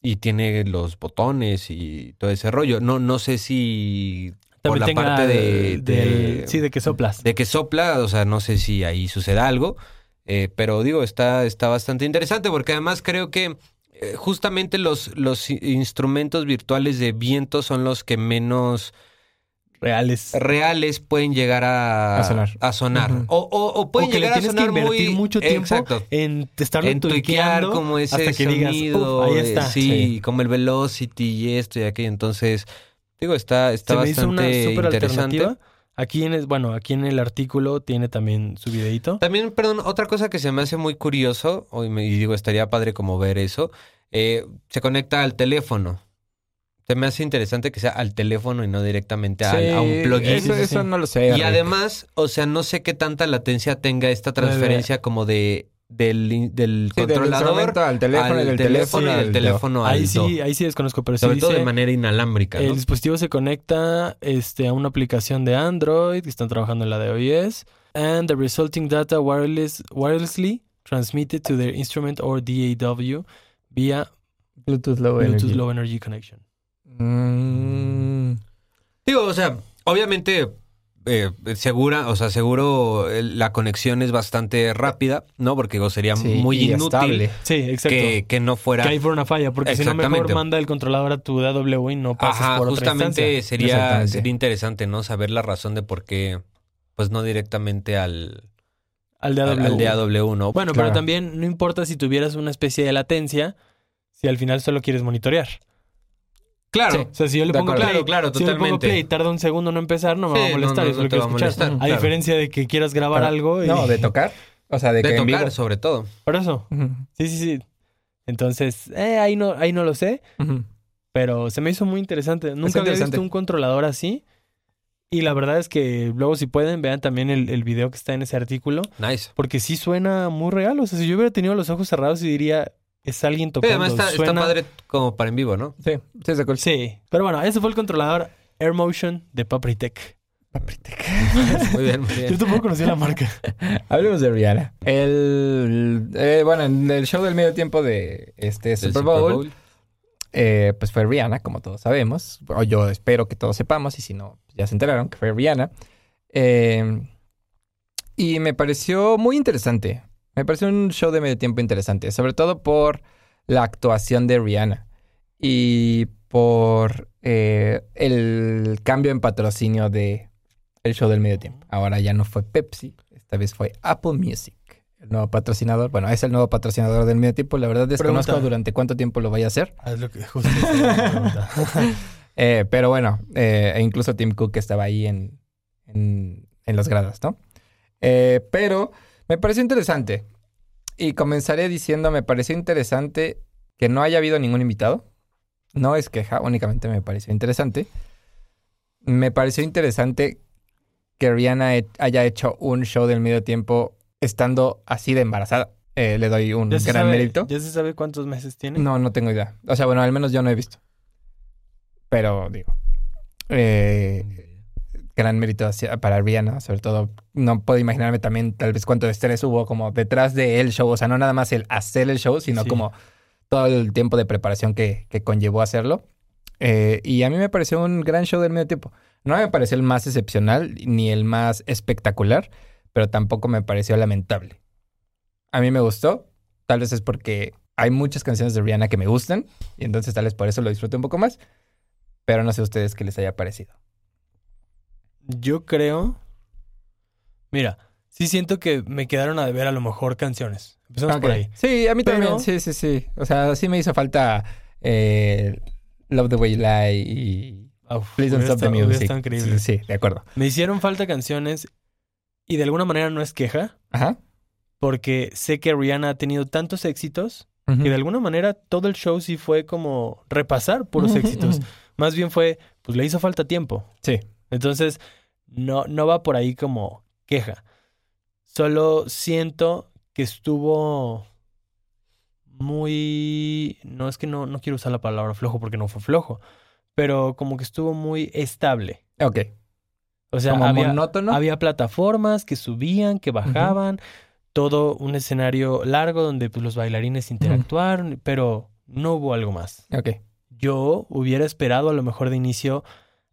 Speaker 1: y tiene los botones y todo ese rollo. No, no sé si por la
Speaker 3: tenga
Speaker 1: parte de-
Speaker 3: del-
Speaker 1: de-
Speaker 3: sí, de que soplas.
Speaker 1: de que sopla, o sea, no sé si ahí suceda algo, eh, pero digo, está, está bastante interesante porque además creo que eh, justamente los, los i- instrumentos virtuales de viento son los que menos
Speaker 3: reales.
Speaker 1: reales pueden llegar a,
Speaker 2: A sonar.
Speaker 1: a sonar.
Speaker 2: Ujú.
Speaker 1: o, o- o pueden
Speaker 3: o que le
Speaker 1: llegar a
Speaker 3: tienes
Speaker 1: sonar
Speaker 3: que invertir
Speaker 1: muy-
Speaker 3: mucho tiempo
Speaker 1: Exacto.
Speaker 3: en te estarlo
Speaker 1: En tuiquear
Speaker 3: tuiqueando
Speaker 1: como ese
Speaker 3: hasta que digas,
Speaker 1: sonido,
Speaker 3: "Uf, ahí
Speaker 1: eh,
Speaker 3: está".
Speaker 1: sí, como el velocity y esto y aquello. Entonces, digo, está, está
Speaker 3: se me hizo una
Speaker 1: bastante
Speaker 3: súper
Speaker 1: interesante.
Speaker 3: alternativa. Aquí en el, bueno, aquí en el artículo tiene también su videito.
Speaker 1: También, perdón, otra cosa que se me hace muy curioso, o- y me- y digo, estaría padre como ver eso, eh, se conecta al teléfono. Se me hace interesante que sea al teléfono y no directamente al- a un
Speaker 2: Sí,
Speaker 1: plugin.
Speaker 2: Eso,
Speaker 3: Sí, sí,
Speaker 2: eso
Speaker 3: sí.
Speaker 2: no lo sé.
Speaker 1: y
Speaker 2: Rick.
Speaker 1: además, o sea, no sé qué tanta latencia tenga esta transferencia como de del, in- del
Speaker 2: Sí, del
Speaker 1: controlador
Speaker 2: instrumento al teléfono,
Speaker 1: al
Speaker 2: del
Speaker 1: teléfono,
Speaker 2: teléfono,
Speaker 1: y
Speaker 2: al
Speaker 1: del teléfono al
Speaker 3: Ahí
Speaker 1: do.
Speaker 3: sí, ahí sí desconozco, pero sí
Speaker 1: sobre todo
Speaker 3: dice,
Speaker 1: de manera inalámbrica. ¿no?
Speaker 3: el dispositivo se conecta este, a una aplicación de Android, que están trabajando en la de iOS, and the resulting data wireless, wirelessly transmitted to their instrument or DAW vía
Speaker 2: Bluetooth Low
Speaker 3: Bluetooth
Speaker 2: Energy.
Speaker 3: Low Energy Connection.
Speaker 2: Mm,
Speaker 1: Digo, o sea, obviamente, eh, segura, o sea, seguro eh, la conexión es bastante rápida, ¿no? Porque digo, sería
Speaker 2: sí,
Speaker 1: muy
Speaker 2: y
Speaker 1: inútil
Speaker 2: estable.
Speaker 3: Sí, exacto.
Speaker 1: que, que no
Speaker 3: Que
Speaker 1: fuera.
Speaker 3: ahí por una falla, porque si no mejor
Speaker 1: Exactamente.
Speaker 3: manda el controlador a tu DAW y no pasas
Speaker 1: Ajá,
Speaker 3: por otra
Speaker 1: justamente
Speaker 3: instancia.
Speaker 1: sería,
Speaker 2: Exactamente.
Speaker 1: sería interesante, ¿no? Saber la razón de por qué, pues no directamente al,
Speaker 3: Al DAW.
Speaker 1: al, al DAW, ¿no?
Speaker 3: Bueno,
Speaker 2: Claro.
Speaker 3: pero también no importa si tuvieras una especie de latencia, si al final solo quieres monitorear.
Speaker 1: claro.
Speaker 3: O sea, si yo le
Speaker 2: De
Speaker 3: pongo
Speaker 2: acuerdo.
Speaker 3: play,
Speaker 1: Claro, claro,
Speaker 3: si yo le pongo
Speaker 1: totalmente.
Speaker 3: play y tarda un segundo en empezar, no me va
Speaker 1: Sí,
Speaker 3: a
Speaker 1: no,
Speaker 3: molestar,
Speaker 1: no,
Speaker 3: eso
Speaker 1: no
Speaker 3: lo
Speaker 1: te
Speaker 3: quiero
Speaker 1: va a
Speaker 3: escuchar.
Speaker 1: molestar,
Speaker 3: A
Speaker 1: claro.
Speaker 3: diferencia de que quieras grabar
Speaker 2: Pero-
Speaker 3: algo y...
Speaker 2: No, de tocar. O sea, de,
Speaker 1: De
Speaker 2: que en
Speaker 1: tocar,
Speaker 2: vivo.
Speaker 1: sobre todo.
Speaker 3: Por eso.
Speaker 2: Ujú,
Speaker 3: Sí, sí, sí. Entonces, eh, ahí no, ahí no lo sé.
Speaker 2: ujú.
Speaker 3: Pero se me hizo muy interesante. Nunca había
Speaker 2: interesante.
Speaker 3: visto un controlador así. Y la verdad es que luego si pueden vean también el, el video que está en ese artículo.
Speaker 1: Nice.
Speaker 3: Porque sí suena muy real. O sea, si yo hubiera tenido los ojos cerrados y diría, es alguien
Speaker 1: Sí,
Speaker 3: tocando.
Speaker 1: además está, está
Speaker 3: Suena-
Speaker 1: padre como para en vivo, ¿no?
Speaker 2: Sí, sí, está cool.
Speaker 3: Sí. Pero bueno, ese fue el controlador Air Motion de Papritech.
Speaker 1: Muy bien, muy
Speaker 3: Yo
Speaker 1: bien.
Speaker 3: tampoco conocía la marca.
Speaker 2: Hablemos de Rihanna. El, eh, bueno, en el show del medio tiempo de este
Speaker 1: Del
Speaker 2: Super Bowl, eh, pues fue Rihanna, como todos sabemos. O yo espero que todos sepamos, y si no, pues, ya se enteraron que fue Rihanna. Eh, y me pareció muy interesante. Me pareció un show de medio tiempo interesante, sobre todo por la actuación de Rihanna y por eh, el cambio en patrocinio de el show del medio tiempo. Ahora ya no fue Pepsi, esta vez fue Apple Music, el nuevo patrocinador. Bueno, es el nuevo patrocinador del medio tiempo. La verdad desconozco
Speaker 3: Pregunta.
Speaker 2: durante cuánto tiempo lo vaya a hacer.
Speaker 3: Haz lo que justo esa era la pregunta.
Speaker 2: Eh, pero bueno, eh, e incluso Tim Cook estaba ahí en, en, en las gradas, ¿no? Eh, pero me pareció interesante. Y comenzaré diciendo, me pareció interesante que no haya habido ningún invitado. No es queja, únicamente me pareció interesante. Me pareció interesante que Rihanna he- haya hecho un show del medio tiempo estando así de embarazada. eh, le doy un
Speaker 3: ¿Ya
Speaker 2: gran
Speaker 3: se, sabe,
Speaker 2: mérito.
Speaker 3: ya se sabe cuántos meses tiene?
Speaker 2: No, no tengo idea. O sea, bueno, al menos yo no he visto. Pero digo, eh, gran mérito hacia- para Rihanna, sobre todo. No puedo imaginarme también tal vez cuánto estrés hubo como detrás del show. O sea, no nada más el hacer el show, sino
Speaker 3: Sí.
Speaker 2: como todo el tiempo de preparación que, que conllevó hacerlo. Eh, y a mí me pareció un gran show del medio tiempo. No me pareció el más excepcional ni el más espectacular, pero tampoco me pareció lamentable. A mí me gustó, tal vez es porque hay muchas canciones de Rihanna que me gustan y entonces tal vez por eso lo disfruté un poco más, pero no sé a ustedes qué les haya parecido.
Speaker 3: Yo creo. Mira, sí siento que me quedaron a deber a lo mejor canciones. Empezamos por
Speaker 2: Ok.
Speaker 3: ahí.
Speaker 2: Sí, a mí
Speaker 3: Pero-
Speaker 2: también, sí, sí, sí. O sea, sí me hizo falta eh, Love the Way You Lie y
Speaker 3: Uf,
Speaker 2: Please Don't
Speaker 3: hubiera
Speaker 2: Stop the
Speaker 3: estado- hubiera
Speaker 2: Music.
Speaker 3: estado increíble.
Speaker 2: Sí, sí, de acuerdo.
Speaker 3: Me hicieron falta canciones y de alguna manera no es queja,
Speaker 2: Ajá.
Speaker 3: porque sé que Rihanna ha tenido tantos éxitos que de alguna manera todo el show sí fue como repasar puros
Speaker 2: Ujú,
Speaker 3: éxitos.
Speaker 2: ujú.
Speaker 3: Más bien fue, pues le hizo falta tiempo.
Speaker 2: Sí.
Speaker 3: Entonces, no, no va por ahí como queja. Solo siento que estuvo muy... No es que no, no quiero usar la palabra flojo porque no fue flojo, pero como que estuvo muy estable.
Speaker 2: Ok.
Speaker 3: O sea,
Speaker 2: Como
Speaker 3: había,
Speaker 2: monótono.
Speaker 3: había plataformas que subían, que bajaban, todo un escenario largo donde pues, los bailarines interactuaron, pero no hubo algo más.
Speaker 2: Ok.
Speaker 3: Yo hubiera esperado a lo mejor de inicio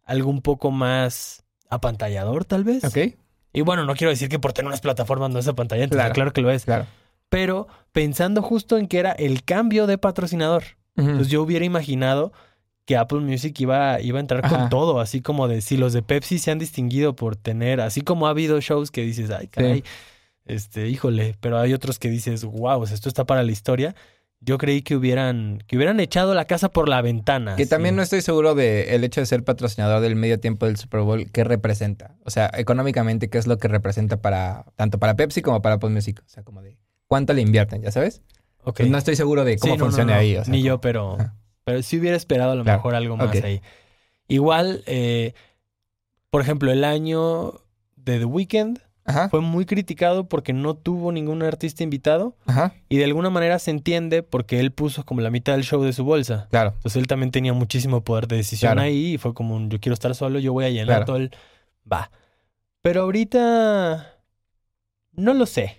Speaker 3: algo un poco más apantallador, tal vez.
Speaker 2: Ok.
Speaker 3: Y bueno, no quiero decir que por tener unas plataformas no es apantallante, claro.
Speaker 2: Claro.
Speaker 3: claro que lo es.
Speaker 2: Claro.
Speaker 3: Pero pensando justo en que era el cambio de patrocinador.
Speaker 2: Ujú.
Speaker 3: Entonces yo hubiera imaginado que Apple Music iba, iba a entrar con
Speaker 2: Ajá.
Speaker 3: todo, así como de si los de Pepsi se han distinguido por tener, así como ha habido shows que dices, ay, caray, este, híjole, pero hay otros que dices, wow, esto está para la historia. Yo creí que hubieran, que hubieran echado la casa por la ventana.
Speaker 2: Que
Speaker 3: así.
Speaker 2: también no estoy seguro de el hecho de ser patrocinador del medio tiempo del Super Bowl, ¿qué representa? O sea, económicamente, ¿qué es lo que representa para tanto para Pepsi como para Apple Music? O sea, como de cuánto le invierten, ¿ya sabes?
Speaker 3: Ok.
Speaker 2: Pues No estoy seguro de cómo
Speaker 3: Sí, no, no,
Speaker 2: funciona
Speaker 3: no.
Speaker 2: ahí. o sea,
Speaker 3: Ni
Speaker 2: como-
Speaker 3: yo, pero,
Speaker 2: Ajá.
Speaker 3: pero sí hubiera esperado a lo
Speaker 2: Claro.
Speaker 3: mejor algo más
Speaker 2: Ok.
Speaker 3: ahí. Igual, eh, por ejemplo, el año de The Weeknd
Speaker 2: Ajá,
Speaker 3: fue muy criticado porque no tuvo ningún artista invitado
Speaker 2: ajá,
Speaker 3: y de alguna manera se entiende porque él puso como la mitad del show de su bolsa.
Speaker 2: claro.
Speaker 3: Entonces él también tenía muchísimo poder de decisión
Speaker 2: Claro.
Speaker 3: ahí y fue como un, yo quiero estar solo, yo voy a llenar
Speaker 2: Claro.
Speaker 3: todo el... Va. Pero ahorita... No lo sé.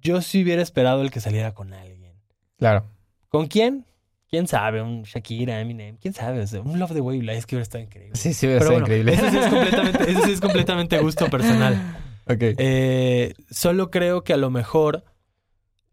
Speaker 3: Yo sí hubiera esperado el que saliera con alguien.
Speaker 2: Claro.
Speaker 3: ¿Con quién? ¿Quién sabe? Un Shakira, Eminem, ¿quién sabe? O sea, un Love the Way You Lie es que hubiera estado increíble.
Speaker 2: Sí, sí, es
Speaker 3: Pero bueno,
Speaker 2: increíble.
Speaker 3: Ese sí es completamente, ese sí es completamente gusto personal.
Speaker 2: Ok.
Speaker 3: Eh, solo creo que a lo mejor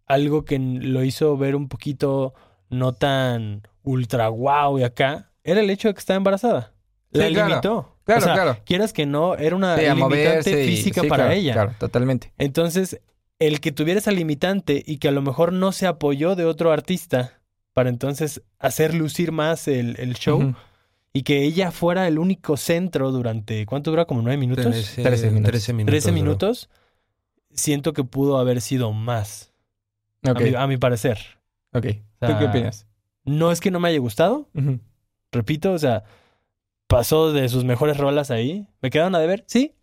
Speaker 3: algo que n- lo hizo ver un poquito no tan ultra guau y acá era el hecho de que estaba embarazada. La
Speaker 2: Sí, claro.
Speaker 3: limitó.
Speaker 2: Claro,
Speaker 3: O sea,
Speaker 2: claro.
Speaker 3: Quieras que no, era una
Speaker 2: Sí, a
Speaker 3: limitante
Speaker 2: moverse y-
Speaker 3: física
Speaker 2: sí,
Speaker 3: para
Speaker 2: claro,
Speaker 3: ella.
Speaker 2: Claro, totalmente.
Speaker 3: Entonces, el que tuviera esa limitante y que a lo mejor no se apoyó de otro artista para entonces hacer lucir más el, el show
Speaker 2: Ujú.
Speaker 3: y que ella fuera el único centro durante, ¿cuánto dura? Como nueve minutos.
Speaker 2: 13 minutos.
Speaker 1: 13 minutos.
Speaker 3: 13
Speaker 1: bro.
Speaker 3: minutos, siento que pudo haber sido más, a
Speaker 2: Ok,
Speaker 3: mi- a, mi, parecer.
Speaker 2: ok.
Speaker 3: O sea,
Speaker 2: ¿Tú qué opinas?
Speaker 3: No es que no me haya gustado,
Speaker 2: Ujú.
Speaker 3: repito, o sea, pasó de sus mejores rolas ahí. ¿Me quedaron a deber? Sí,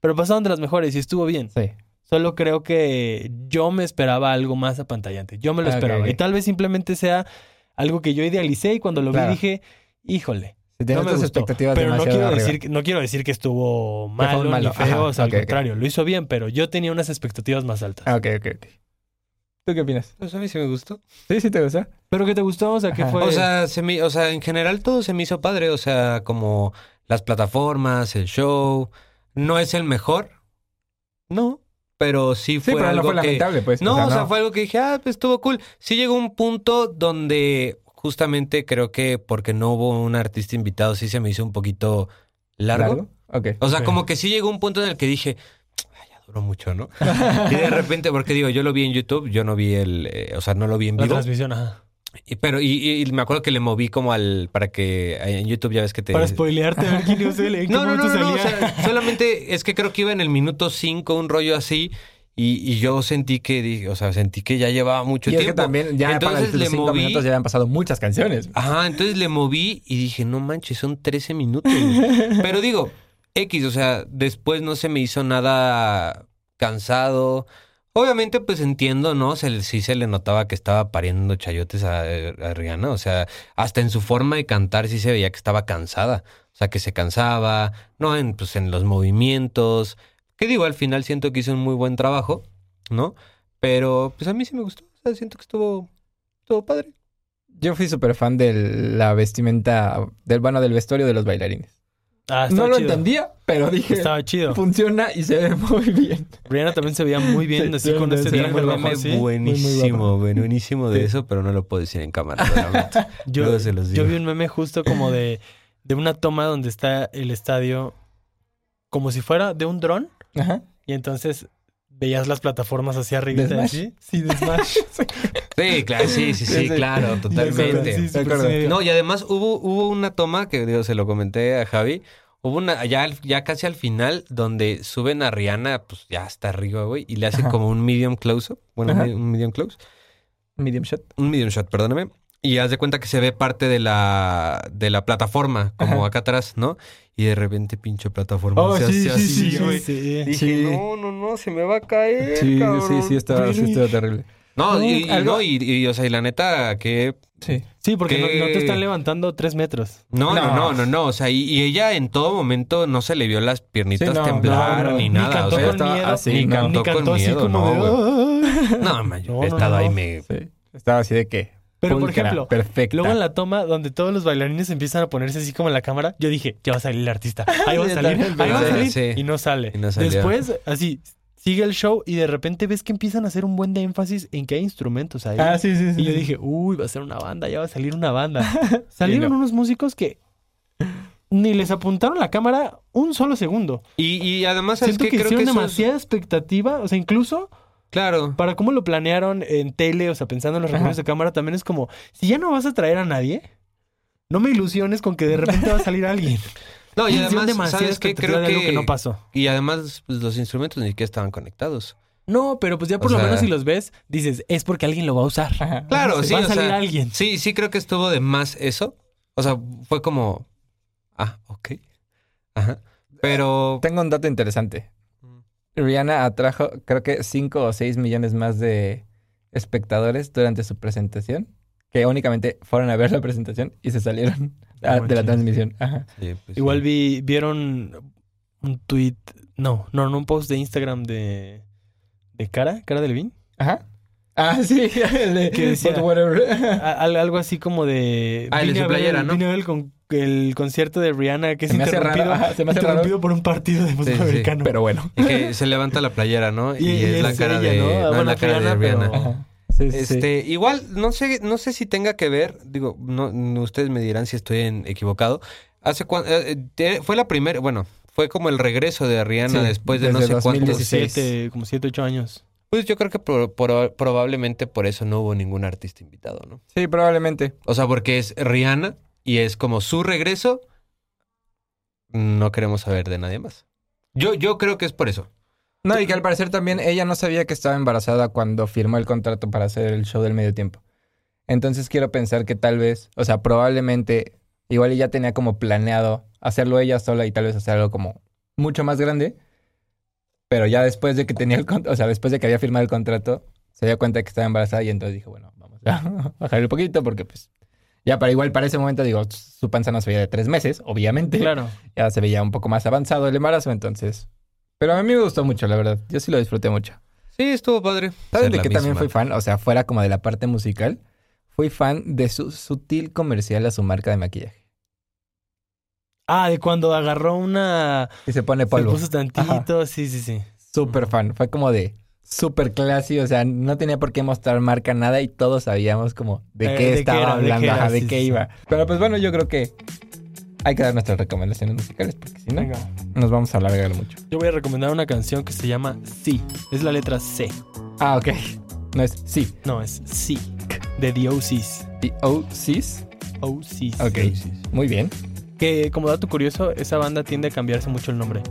Speaker 3: pero pasaron de las mejores y estuvo bien.
Speaker 2: Sí.
Speaker 3: Solo creo que yo me esperaba algo más apantallante. Yo me lo
Speaker 2: Ah, ok,
Speaker 3: esperaba.
Speaker 2: ok.
Speaker 3: Y tal vez simplemente sea algo que yo idealicé y cuando lo
Speaker 2: Claro.
Speaker 3: vi dije, híjole,
Speaker 2: Si
Speaker 3: no
Speaker 2: tienes
Speaker 3: me
Speaker 2: tus
Speaker 3: gustó.
Speaker 2: expectativas
Speaker 3: Pero no
Speaker 2: demasiado
Speaker 3: quiero,
Speaker 2: arriba.
Speaker 3: decir, que- no quiero decir que estuvo
Speaker 2: fue
Speaker 3: malo,
Speaker 2: malo.
Speaker 3: ni feo,
Speaker 2: Ajá,
Speaker 3: o sea,
Speaker 2: ok, ok.
Speaker 3: al contrario, lo hizo bien, pero yo tenía unas expectativas más altas.
Speaker 2: Ah, ok, ok, ok. ¿Tú qué opinas?
Speaker 1: Pues a mí sí me gustó.
Speaker 2: Sí, sí te gusta.
Speaker 3: ¿Pero qué te gustó? O sea, ¿qué
Speaker 2: Ajá.
Speaker 3: fue?
Speaker 1: O sea, se me- o sea, en general todo se me hizo padre. O sea, como las plataformas, el show. No es el mejor. No. Pero sí
Speaker 2: Sí,
Speaker 1: fue
Speaker 2: pero no
Speaker 1: algo
Speaker 2: fue
Speaker 1: que...
Speaker 2: lamentable, pues.
Speaker 1: No, o sea,
Speaker 2: no.
Speaker 1: fue algo que dije, ah, pues estuvo cool. Sí llegó un punto donde justamente creo que porque no hubo un artista invitado, sí se me hizo un poquito largo.
Speaker 2: Ok.
Speaker 1: O sea,
Speaker 3: Ok.
Speaker 1: como que sí llegó un punto en el que dije, "Ay, ya duró mucho, ¿no? y de repente, porque digo, yo lo vi en YouTube, yo no vi el, eh, o sea, no lo vi en
Speaker 3: la
Speaker 1: vivo.
Speaker 3: transmisión, ajá.
Speaker 1: Y- pero y, y- y me acuerdo que le moví como al, para que en YouTube ya ves que te...
Speaker 3: Para spoilearte, a ver quién iba a ser, en qué
Speaker 1: No, no, no,
Speaker 3: momento
Speaker 1: no, no, o
Speaker 3: salía.
Speaker 1: sea, solamente es que creo que iba en el minuto 5, un rollo así, y, y yo sentí que, dije, o sea, sentí que ya llevaba mucho
Speaker 2: Y es
Speaker 1: tiempo.
Speaker 2: que también ya
Speaker 1: entonces
Speaker 2: para
Speaker 1: le
Speaker 2: los cinco
Speaker 1: moví,
Speaker 2: minutos ya habían pasado muchas canciones.
Speaker 1: Ajá, entonces le moví y dije, no manches, son 13 minutos. güey". Pero digo, X, o sea, después no se me hizo nada cansado. Obviamente, pues entiendo, ¿no? Se, le- sí se le notaba que estaba pariendo chayotes a, a Rihanna. O sea, hasta en su forma de cantar sí se veía que estaba cansada. O sea, que se cansaba, ¿no? En, pues en los movimientos. Que digo, al final siento que hizo un muy buen trabajo, ¿no? Pero pues a mí sí me gustó. O sea, siento que estuvo, estuvo padre.
Speaker 2: Yo fui súper fan de la vestimenta, del bueno, del vestuario de los bailarines.
Speaker 3: Ah,
Speaker 2: No
Speaker 3: estaba
Speaker 2: lo
Speaker 3: chido.
Speaker 2: entendía, pero dije,
Speaker 3: Estaba chido.
Speaker 2: funciona y se ve muy bien.
Speaker 3: Rihanna también se veía muy bien
Speaker 2: Sí,
Speaker 3: así con
Speaker 2: sí,
Speaker 3: este
Speaker 2: sí,
Speaker 1: Sí,
Speaker 2: Era
Speaker 3: traje
Speaker 2: muy
Speaker 3: rojo,
Speaker 2: guapa,
Speaker 1: meme
Speaker 3: así.
Speaker 1: buenísimo, güey, buenísimo de
Speaker 3: Sí.
Speaker 1: eso, pero no lo puedo decir en cámara. lo lamento.
Speaker 3: Yo,
Speaker 1: Luego se los
Speaker 3: yo
Speaker 1: digo.
Speaker 3: vi un meme justo como de, de una toma donde está el estadio como si fuera de un dron
Speaker 2: Ajá.
Speaker 3: y entonces veías las plataformas hacia arriba.
Speaker 2: ¿De Smash?
Speaker 3: Sí, sí, de Smash.
Speaker 1: Sí, claro, sí, sí, sí,
Speaker 2: Sí, sí.
Speaker 1: claro, totalmente.
Speaker 3: Sí, sí,
Speaker 2: De acuerdo.
Speaker 3: sí.
Speaker 1: No, y además hubo, hubo una toma que digo, se lo comenté a Javi. Hubo una, ya, al- ya casi al final, donde suben a Rihanna, pues ya hasta arriba, güey, y le hacen
Speaker 2: Ajá.
Speaker 1: como un medium close Bueno,
Speaker 2: Ajá.
Speaker 1: un medium- un medium close.
Speaker 2: Medium shot.
Speaker 1: Un medium shot, perdóname. Y haz de cuenta que se ve parte de la, de la plataforma, como
Speaker 2: Ajá.
Speaker 1: acá atrás, ¿no? Y de repente, pinche plataforma.
Speaker 2: Oh,
Speaker 1: se
Speaker 2: sí,
Speaker 1: hace
Speaker 2: sí,
Speaker 1: así,
Speaker 2: sí,
Speaker 1: güey.
Speaker 3: sí.
Speaker 1: Dije,
Speaker 2: Sí.
Speaker 1: no, no, no, se me va a caer.
Speaker 2: Sí, sí,
Speaker 1: cabrón".
Speaker 2: sí, estaba, sí, estaba terrible.
Speaker 1: No,
Speaker 2: No,
Speaker 1: y, y
Speaker 2: algo-
Speaker 1: no, y, y, o sea, y la neta, que.
Speaker 2: Sí.
Speaker 3: Sí, porque no,
Speaker 1: ¿Qué?
Speaker 3: no te están levantando tres metros.
Speaker 1: No, no,
Speaker 2: No.
Speaker 1: no, no, no. O sea, y, y ella en todo momento no se le vio las piernitas
Speaker 2: Sí, no,
Speaker 1: temblar
Speaker 2: no, no.
Speaker 1: ni
Speaker 2: Ni
Speaker 1: nada.
Speaker 3: cantó
Speaker 1: o sea,
Speaker 3: con miedo,
Speaker 2: así,
Speaker 1: ni
Speaker 2: no.
Speaker 1: cantó
Speaker 3: Ni cantó
Speaker 1: con
Speaker 3: así
Speaker 1: miedo,
Speaker 3: como de,
Speaker 1: no,
Speaker 3: "Ay".
Speaker 1: güey. No, man, yo
Speaker 3: No,
Speaker 1: he
Speaker 3: no,
Speaker 1: estado
Speaker 3: no.
Speaker 1: ahí me.
Speaker 2: Sí. Estaba así de que.
Speaker 3: Pero, por
Speaker 2: pulcra,
Speaker 3: ejemplo,
Speaker 2: perfecta.
Speaker 3: Luego en la toma donde todos los bailarines empiezan a ponerse así como en la cámara, yo dije, ya va a salir el artista, ahí va a
Speaker 2: Sí,
Speaker 3: salir,
Speaker 2: también
Speaker 3: ahí va a
Speaker 1: pensé.
Speaker 3: salir,
Speaker 1: Sí.
Speaker 3: y no sale.
Speaker 1: Y no salió.
Speaker 3: Después, así, sigue el show y de repente ves que empiezan a hacer un buen de énfasis en que hay instrumentos ahí.
Speaker 2: Ah, sí, sí, sí.
Speaker 3: y yo
Speaker 2: sí.
Speaker 3: dije, uy, va a ser una banda, ya va a salir una banda. Salieron
Speaker 2: no.
Speaker 3: unos músicos que ni les apuntaron la cámara un solo segundo.
Speaker 1: Y, y además, ¿sabes
Speaker 3: Siento
Speaker 1: qué?
Speaker 3: que
Speaker 1: Creo que
Speaker 3: hicieron
Speaker 1: eso es-
Speaker 3: demasiada expectativa, o sea, incluso
Speaker 1: Claro.
Speaker 3: para cómo lo planearon en tele, o sea, pensando en los
Speaker 2: Ajá.
Speaker 3: recursos de cámara, también es como, si ya no vas a traer a nadie, no me ilusiones con que de repente va a salir alguien.
Speaker 1: No, y
Speaker 3: Hicieron
Speaker 1: además,
Speaker 3: demasiada
Speaker 1: ¿sabes qué?
Speaker 3: expectativa
Speaker 1: Creo
Speaker 3: de algo
Speaker 1: que.
Speaker 3: que no pasó.
Speaker 1: y además, pues, los instrumentos ni siquiera estaban conectados.
Speaker 3: No, pero pues ya por
Speaker 1: O
Speaker 3: lo
Speaker 1: sea-
Speaker 3: menos si los ves, dices, es porque alguien lo va a usar.
Speaker 2: Ajá.
Speaker 1: Claro, sí.
Speaker 3: va a
Speaker 1: o sea,
Speaker 3: salir alguien.
Speaker 1: Sí, sí, creo que estuvo de más eso. O sea, fue como. Ah, ok. Ajá. Pero.
Speaker 2: Tengo un dato interesante. Rihanna atrajo, creo que 5 o 6 millones más de espectadores durante su presentación, que únicamente fueron a ver la presentación y se salieron
Speaker 3: No
Speaker 2: ah, de la
Speaker 3: manches.
Speaker 2: transmisión. Ajá.
Speaker 1: Sí, pues,
Speaker 3: Igual
Speaker 1: sí.
Speaker 3: vi, vieron un tweet, no, no, no, un post de Instagram de, de Cara, Cara Delvin.
Speaker 2: Ajá. Ah, sí, el de
Speaker 3: ¿Qué decía?
Speaker 2: But whatever.
Speaker 3: A- al- algo así como de.
Speaker 1: Ah, el de su
Speaker 3: vine a ver
Speaker 1: playera,
Speaker 3: el-
Speaker 1: ¿no?
Speaker 3: Vine a ver el, con- el concierto de Rihanna que es
Speaker 2: Se me hace raro,
Speaker 3: interrumpido,
Speaker 2: ajá, se me hace raro.
Speaker 3: interrumpido por un partido de fútbol
Speaker 1: sí.
Speaker 3: americano.
Speaker 2: Pero bueno.
Speaker 1: Y que se levanta la playera, ¿no? Y,
Speaker 3: Y- y
Speaker 1: es la
Speaker 3: es
Speaker 1: cara
Speaker 3: ella,
Speaker 1: de.
Speaker 3: ¿no? Ah,
Speaker 1: No, es
Speaker 3: bueno,
Speaker 1: la cara de
Speaker 3: Rihanna,
Speaker 1: Rihanna.
Speaker 3: pero-
Speaker 2: Ajá. Sí, sí, sí.
Speaker 1: Este, igual, no sé, no sé si tenga que ver, digo, no, no, ustedes me dirán si estoy en- equivocado. Hace cuan- eh, eh, fue la primera, bueno, fue como el regreso de Rihanna
Speaker 2: Sí,
Speaker 1: después de no sé
Speaker 2: desde
Speaker 1: cuántos.
Speaker 2: 2016.
Speaker 3: Siete, como 7, 8 años.
Speaker 1: Pues yo creo que pro- pro- probablemente por eso no hubo ningún artista invitado, ¿no?
Speaker 2: Sí, probablemente.
Speaker 1: O sea, porque es Rihanna y es como su regreso. No queremos saber de nadie más. Yo, yo creo que es por eso.
Speaker 2: No, y que al parecer también ella no sabía que estaba embarazada cuando firmó el contrato para hacer el show del medio tiempo. Entonces quiero pensar que tal vez, o sea, probablemente, igual ella tenía como planeado hacerlo ella sola y tal vez hacer algo como mucho más grande. Pero ya después de que tenía el contrato, o sea, después de que había firmado el contrato, se dio cuenta de que estaba embarazada y entonces dijo, bueno, vamos a bajar un poquito porque pues. Ya, para igual para ese momento, digo, su panza no se veía de tres meses, obviamente
Speaker 3: Claro.
Speaker 2: ya se veía un poco más avanzado el embarazo, entonces. Pero a mí me gustó mucho, la verdad. Yo sí lo disfruté mucho.
Speaker 1: Sí, estuvo padre.
Speaker 2: ¿Saben
Speaker 1: Ser
Speaker 2: de
Speaker 1: la
Speaker 2: qué también
Speaker 1: misma.
Speaker 2: fui fan? O sea, fuera como de la parte musical, fui fan de su sutil comercial a su marca de maquillaje.
Speaker 3: Ah, de cuando agarró una.
Speaker 2: Y se pone
Speaker 3: Se
Speaker 2: polvo.
Speaker 3: puso tantito. Sí, sí, sí.
Speaker 2: Súper fan. Fue como de súper classy. O sea, no tenía por qué mostrar marca nada y todos sabíamos como de
Speaker 3: Eh,
Speaker 2: qué
Speaker 3: de qué
Speaker 2: estaba
Speaker 3: era, de qué
Speaker 2: hablando,
Speaker 3: era,
Speaker 2: ajá, de
Speaker 3: sí,
Speaker 2: qué
Speaker 3: sí, sí.
Speaker 2: iba. Pero pues bueno, yo creo que hay que dar nuestras recomendaciones musicales porque si no,
Speaker 3: Venga.
Speaker 2: nos vamos a alargar mucho.
Speaker 3: Yo voy a recomendar una canción que se llama Sí. Es la letra C.
Speaker 2: Ah, ok. No es sí.
Speaker 3: No, es Sí. De The OCs.
Speaker 2: The OCs.
Speaker 3: OCs.
Speaker 2: Ok. Muy bien.
Speaker 3: Que como dato curioso, esa banda tiende a cambiarse mucho el nombre.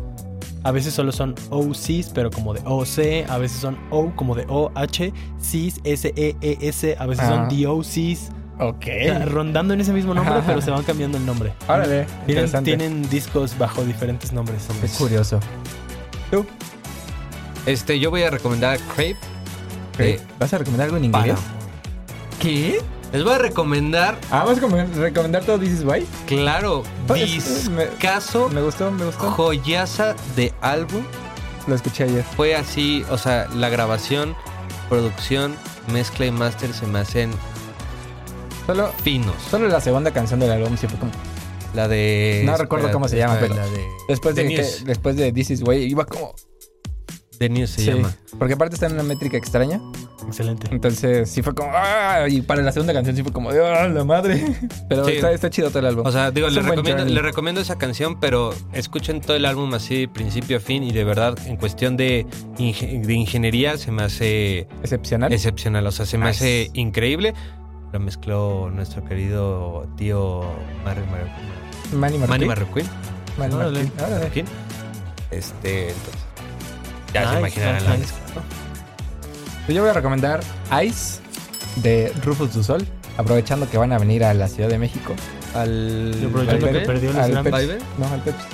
Speaker 3: A veces solo son OCs, pero como de OC. A veces son O, como de OH. Cs, S-E-E-S. E A veces
Speaker 2: Ah.
Speaker 3: son The OCs.
Speaker 2: Ok.
Speaker 3: O sea, rondando en ese mismo nombre,
Speaker 2: Ajá.
Speaker 3: pero se van cambiando el nombre.
Speaker 2: Órale,
Speaker 3: Tienen,
Speaker 2: interesante.
Speaker 3: tienen discos bajo diferentes nombres. hombres.
Speaker 2: Es curioso.
Speaker 1: Este, yo voy a recomendar Crave de
Speaker 2: Eh, ¿Vas a recomendar algo en inglés? ¿Qué?
Speaker 1: Les voy a recomendar,
Speaker 2: Ah, ¿vas a comer- recomendar todo This Is Why?
Speaker 1: claro,
Speaker 2: Pues, me-
Speaker 1: discaso,
Speaker 2: Me gustó, me gustó.
Speaker 1: joyaza de álbum.
Speaker 2: Lo escuché ayer.
Speaker 1: Fue así, o sea, la grabación, producción, mezcla y master se me hacen
Speaker 2: Solo,
Speaker 1: finos.
Speaker 2: solo la segunda canción del álbum sí fue como...
Speaker 1: La de...
Speaker 2: No recuerdo cómo se llama, pero-
Speaker 1: La de...
Speaker 2: Después de,
Speaker 1: The
Speaker 2: que-
Speaker 1: News.
Speaker 2: después de This Is Why iba como...
Speaker 1: The News se
Speaker 2: Sí.
Speaker 1: llama.
Speaker 2: Porque aparte está en una métrica extraña.
Speaker 3: Excelente.
Speaker 2: Entonces sí fue como... "Ah", Y para la segunda canción sí fue como... ¡Ah, la madre! Pero
Speaker 1: Sí.
Speaker 2: está, está chido todo el álbum.
Speaker 1: O sea, digo,
Speaker 2: Es
Speaker 1: le
Speaker 2: un buen
Speaker 1: recomiendo,
Speaker 2: journey.
Speaker 1: le recomiendo esa canción, pero escuchen todo el álbum así, principio a fin, y de verdad, en cuestión de, inge- de ingeniería, se me hace
Speaker 2: Excepcional.
Speaker 1: excepcional. O sea, se me
Speaker 2: Nice.
Speaker 1: hace increíble. Lo mezcló nuestro querido tío Marry Mar-
Speaker 2: Manny Martín.
Speaker 1: Manny Marroquín.
Speaker 2: Manny
Speaker 3: Órale.
Speaker 2: Martín. Órale.
Speaker 1: Marroquín. Este, entonces. Ya se
Speaker 3: Nice,
Speaker 1: imaginarán
Speaker 3: nice,
Speaker 1: la
Speaker 3: nice.
Speaker 1: mezcla.
Speaker 2: Pues Yo voy a recomendar Ice de Rufus Du Sol, aprovechando que van a venir a la Ciudad de México. Al.
Speaker 3: Y aprovechando
Speaker 2: al
Speaker 3: que
Speaker 2: Pep-
Speaker 3: perdió el Slam
Speaker 2: Pepsi.
Speaker 1: Vibe.
Speaker 2: No, al Pepsi.
Speaker 1: Pero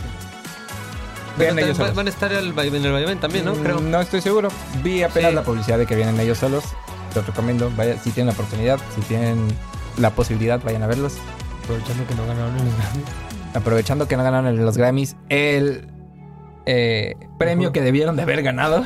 Speaker 2: Vean
Speaker 1: también
Speaker 2: ellos
Speaker 1: va-
Speaker 2: solos.
Speaker 1: Van a estar al vaivén- en el vaivén también, ¿no?
Speaker 2: Mm,
Speaker 1: Creo.
Speaker 2: No estoy seguro. Vi apenas
Speaker 1: Sí.
Speaker 2: la publicidad de que vienen ellos solos. Los recomiendo. Vaya, si tienen la oportunidad, si tienen la posibilidad, vayan a verlos.
Speaker 3: Aprovechando que no ganaron en los Grammy.
Speaker 2: Aprovechando que no ganaron en los Grammys el eh, premio
Speaker 3: Ujú.
Speaker 2: que debieron de haber ganado.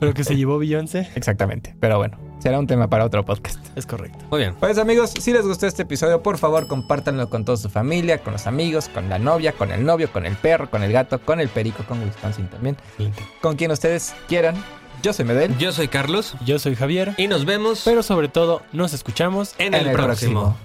Speaker 3: Pero que se llevó Beyoncé.
Speaker 2: Exactamente. Pero bueno, será un tema para otro podcast.
Speaker 3: Es correcto.
Speaker 1: Muy bien.
Speaker 2: Pues amigos, si les gustó este episodio, por favor compártanlo con toda su familia, con los amigos, con la novia, con el novio, con el perro, con el gato, con el perico, con Wisconsin también,
Speaker 3: Excelente.
Speaker 2: con quien ustedes quieran. Yo soy Medel.
Speaker 1: Yo soy Carlos
Speaker 3: Yo soy Javier.
Speaker 1: y nos vemos
Speaker 3: Pero sobre todo, nos escuchamos
Speaker 1: en, el, próximo.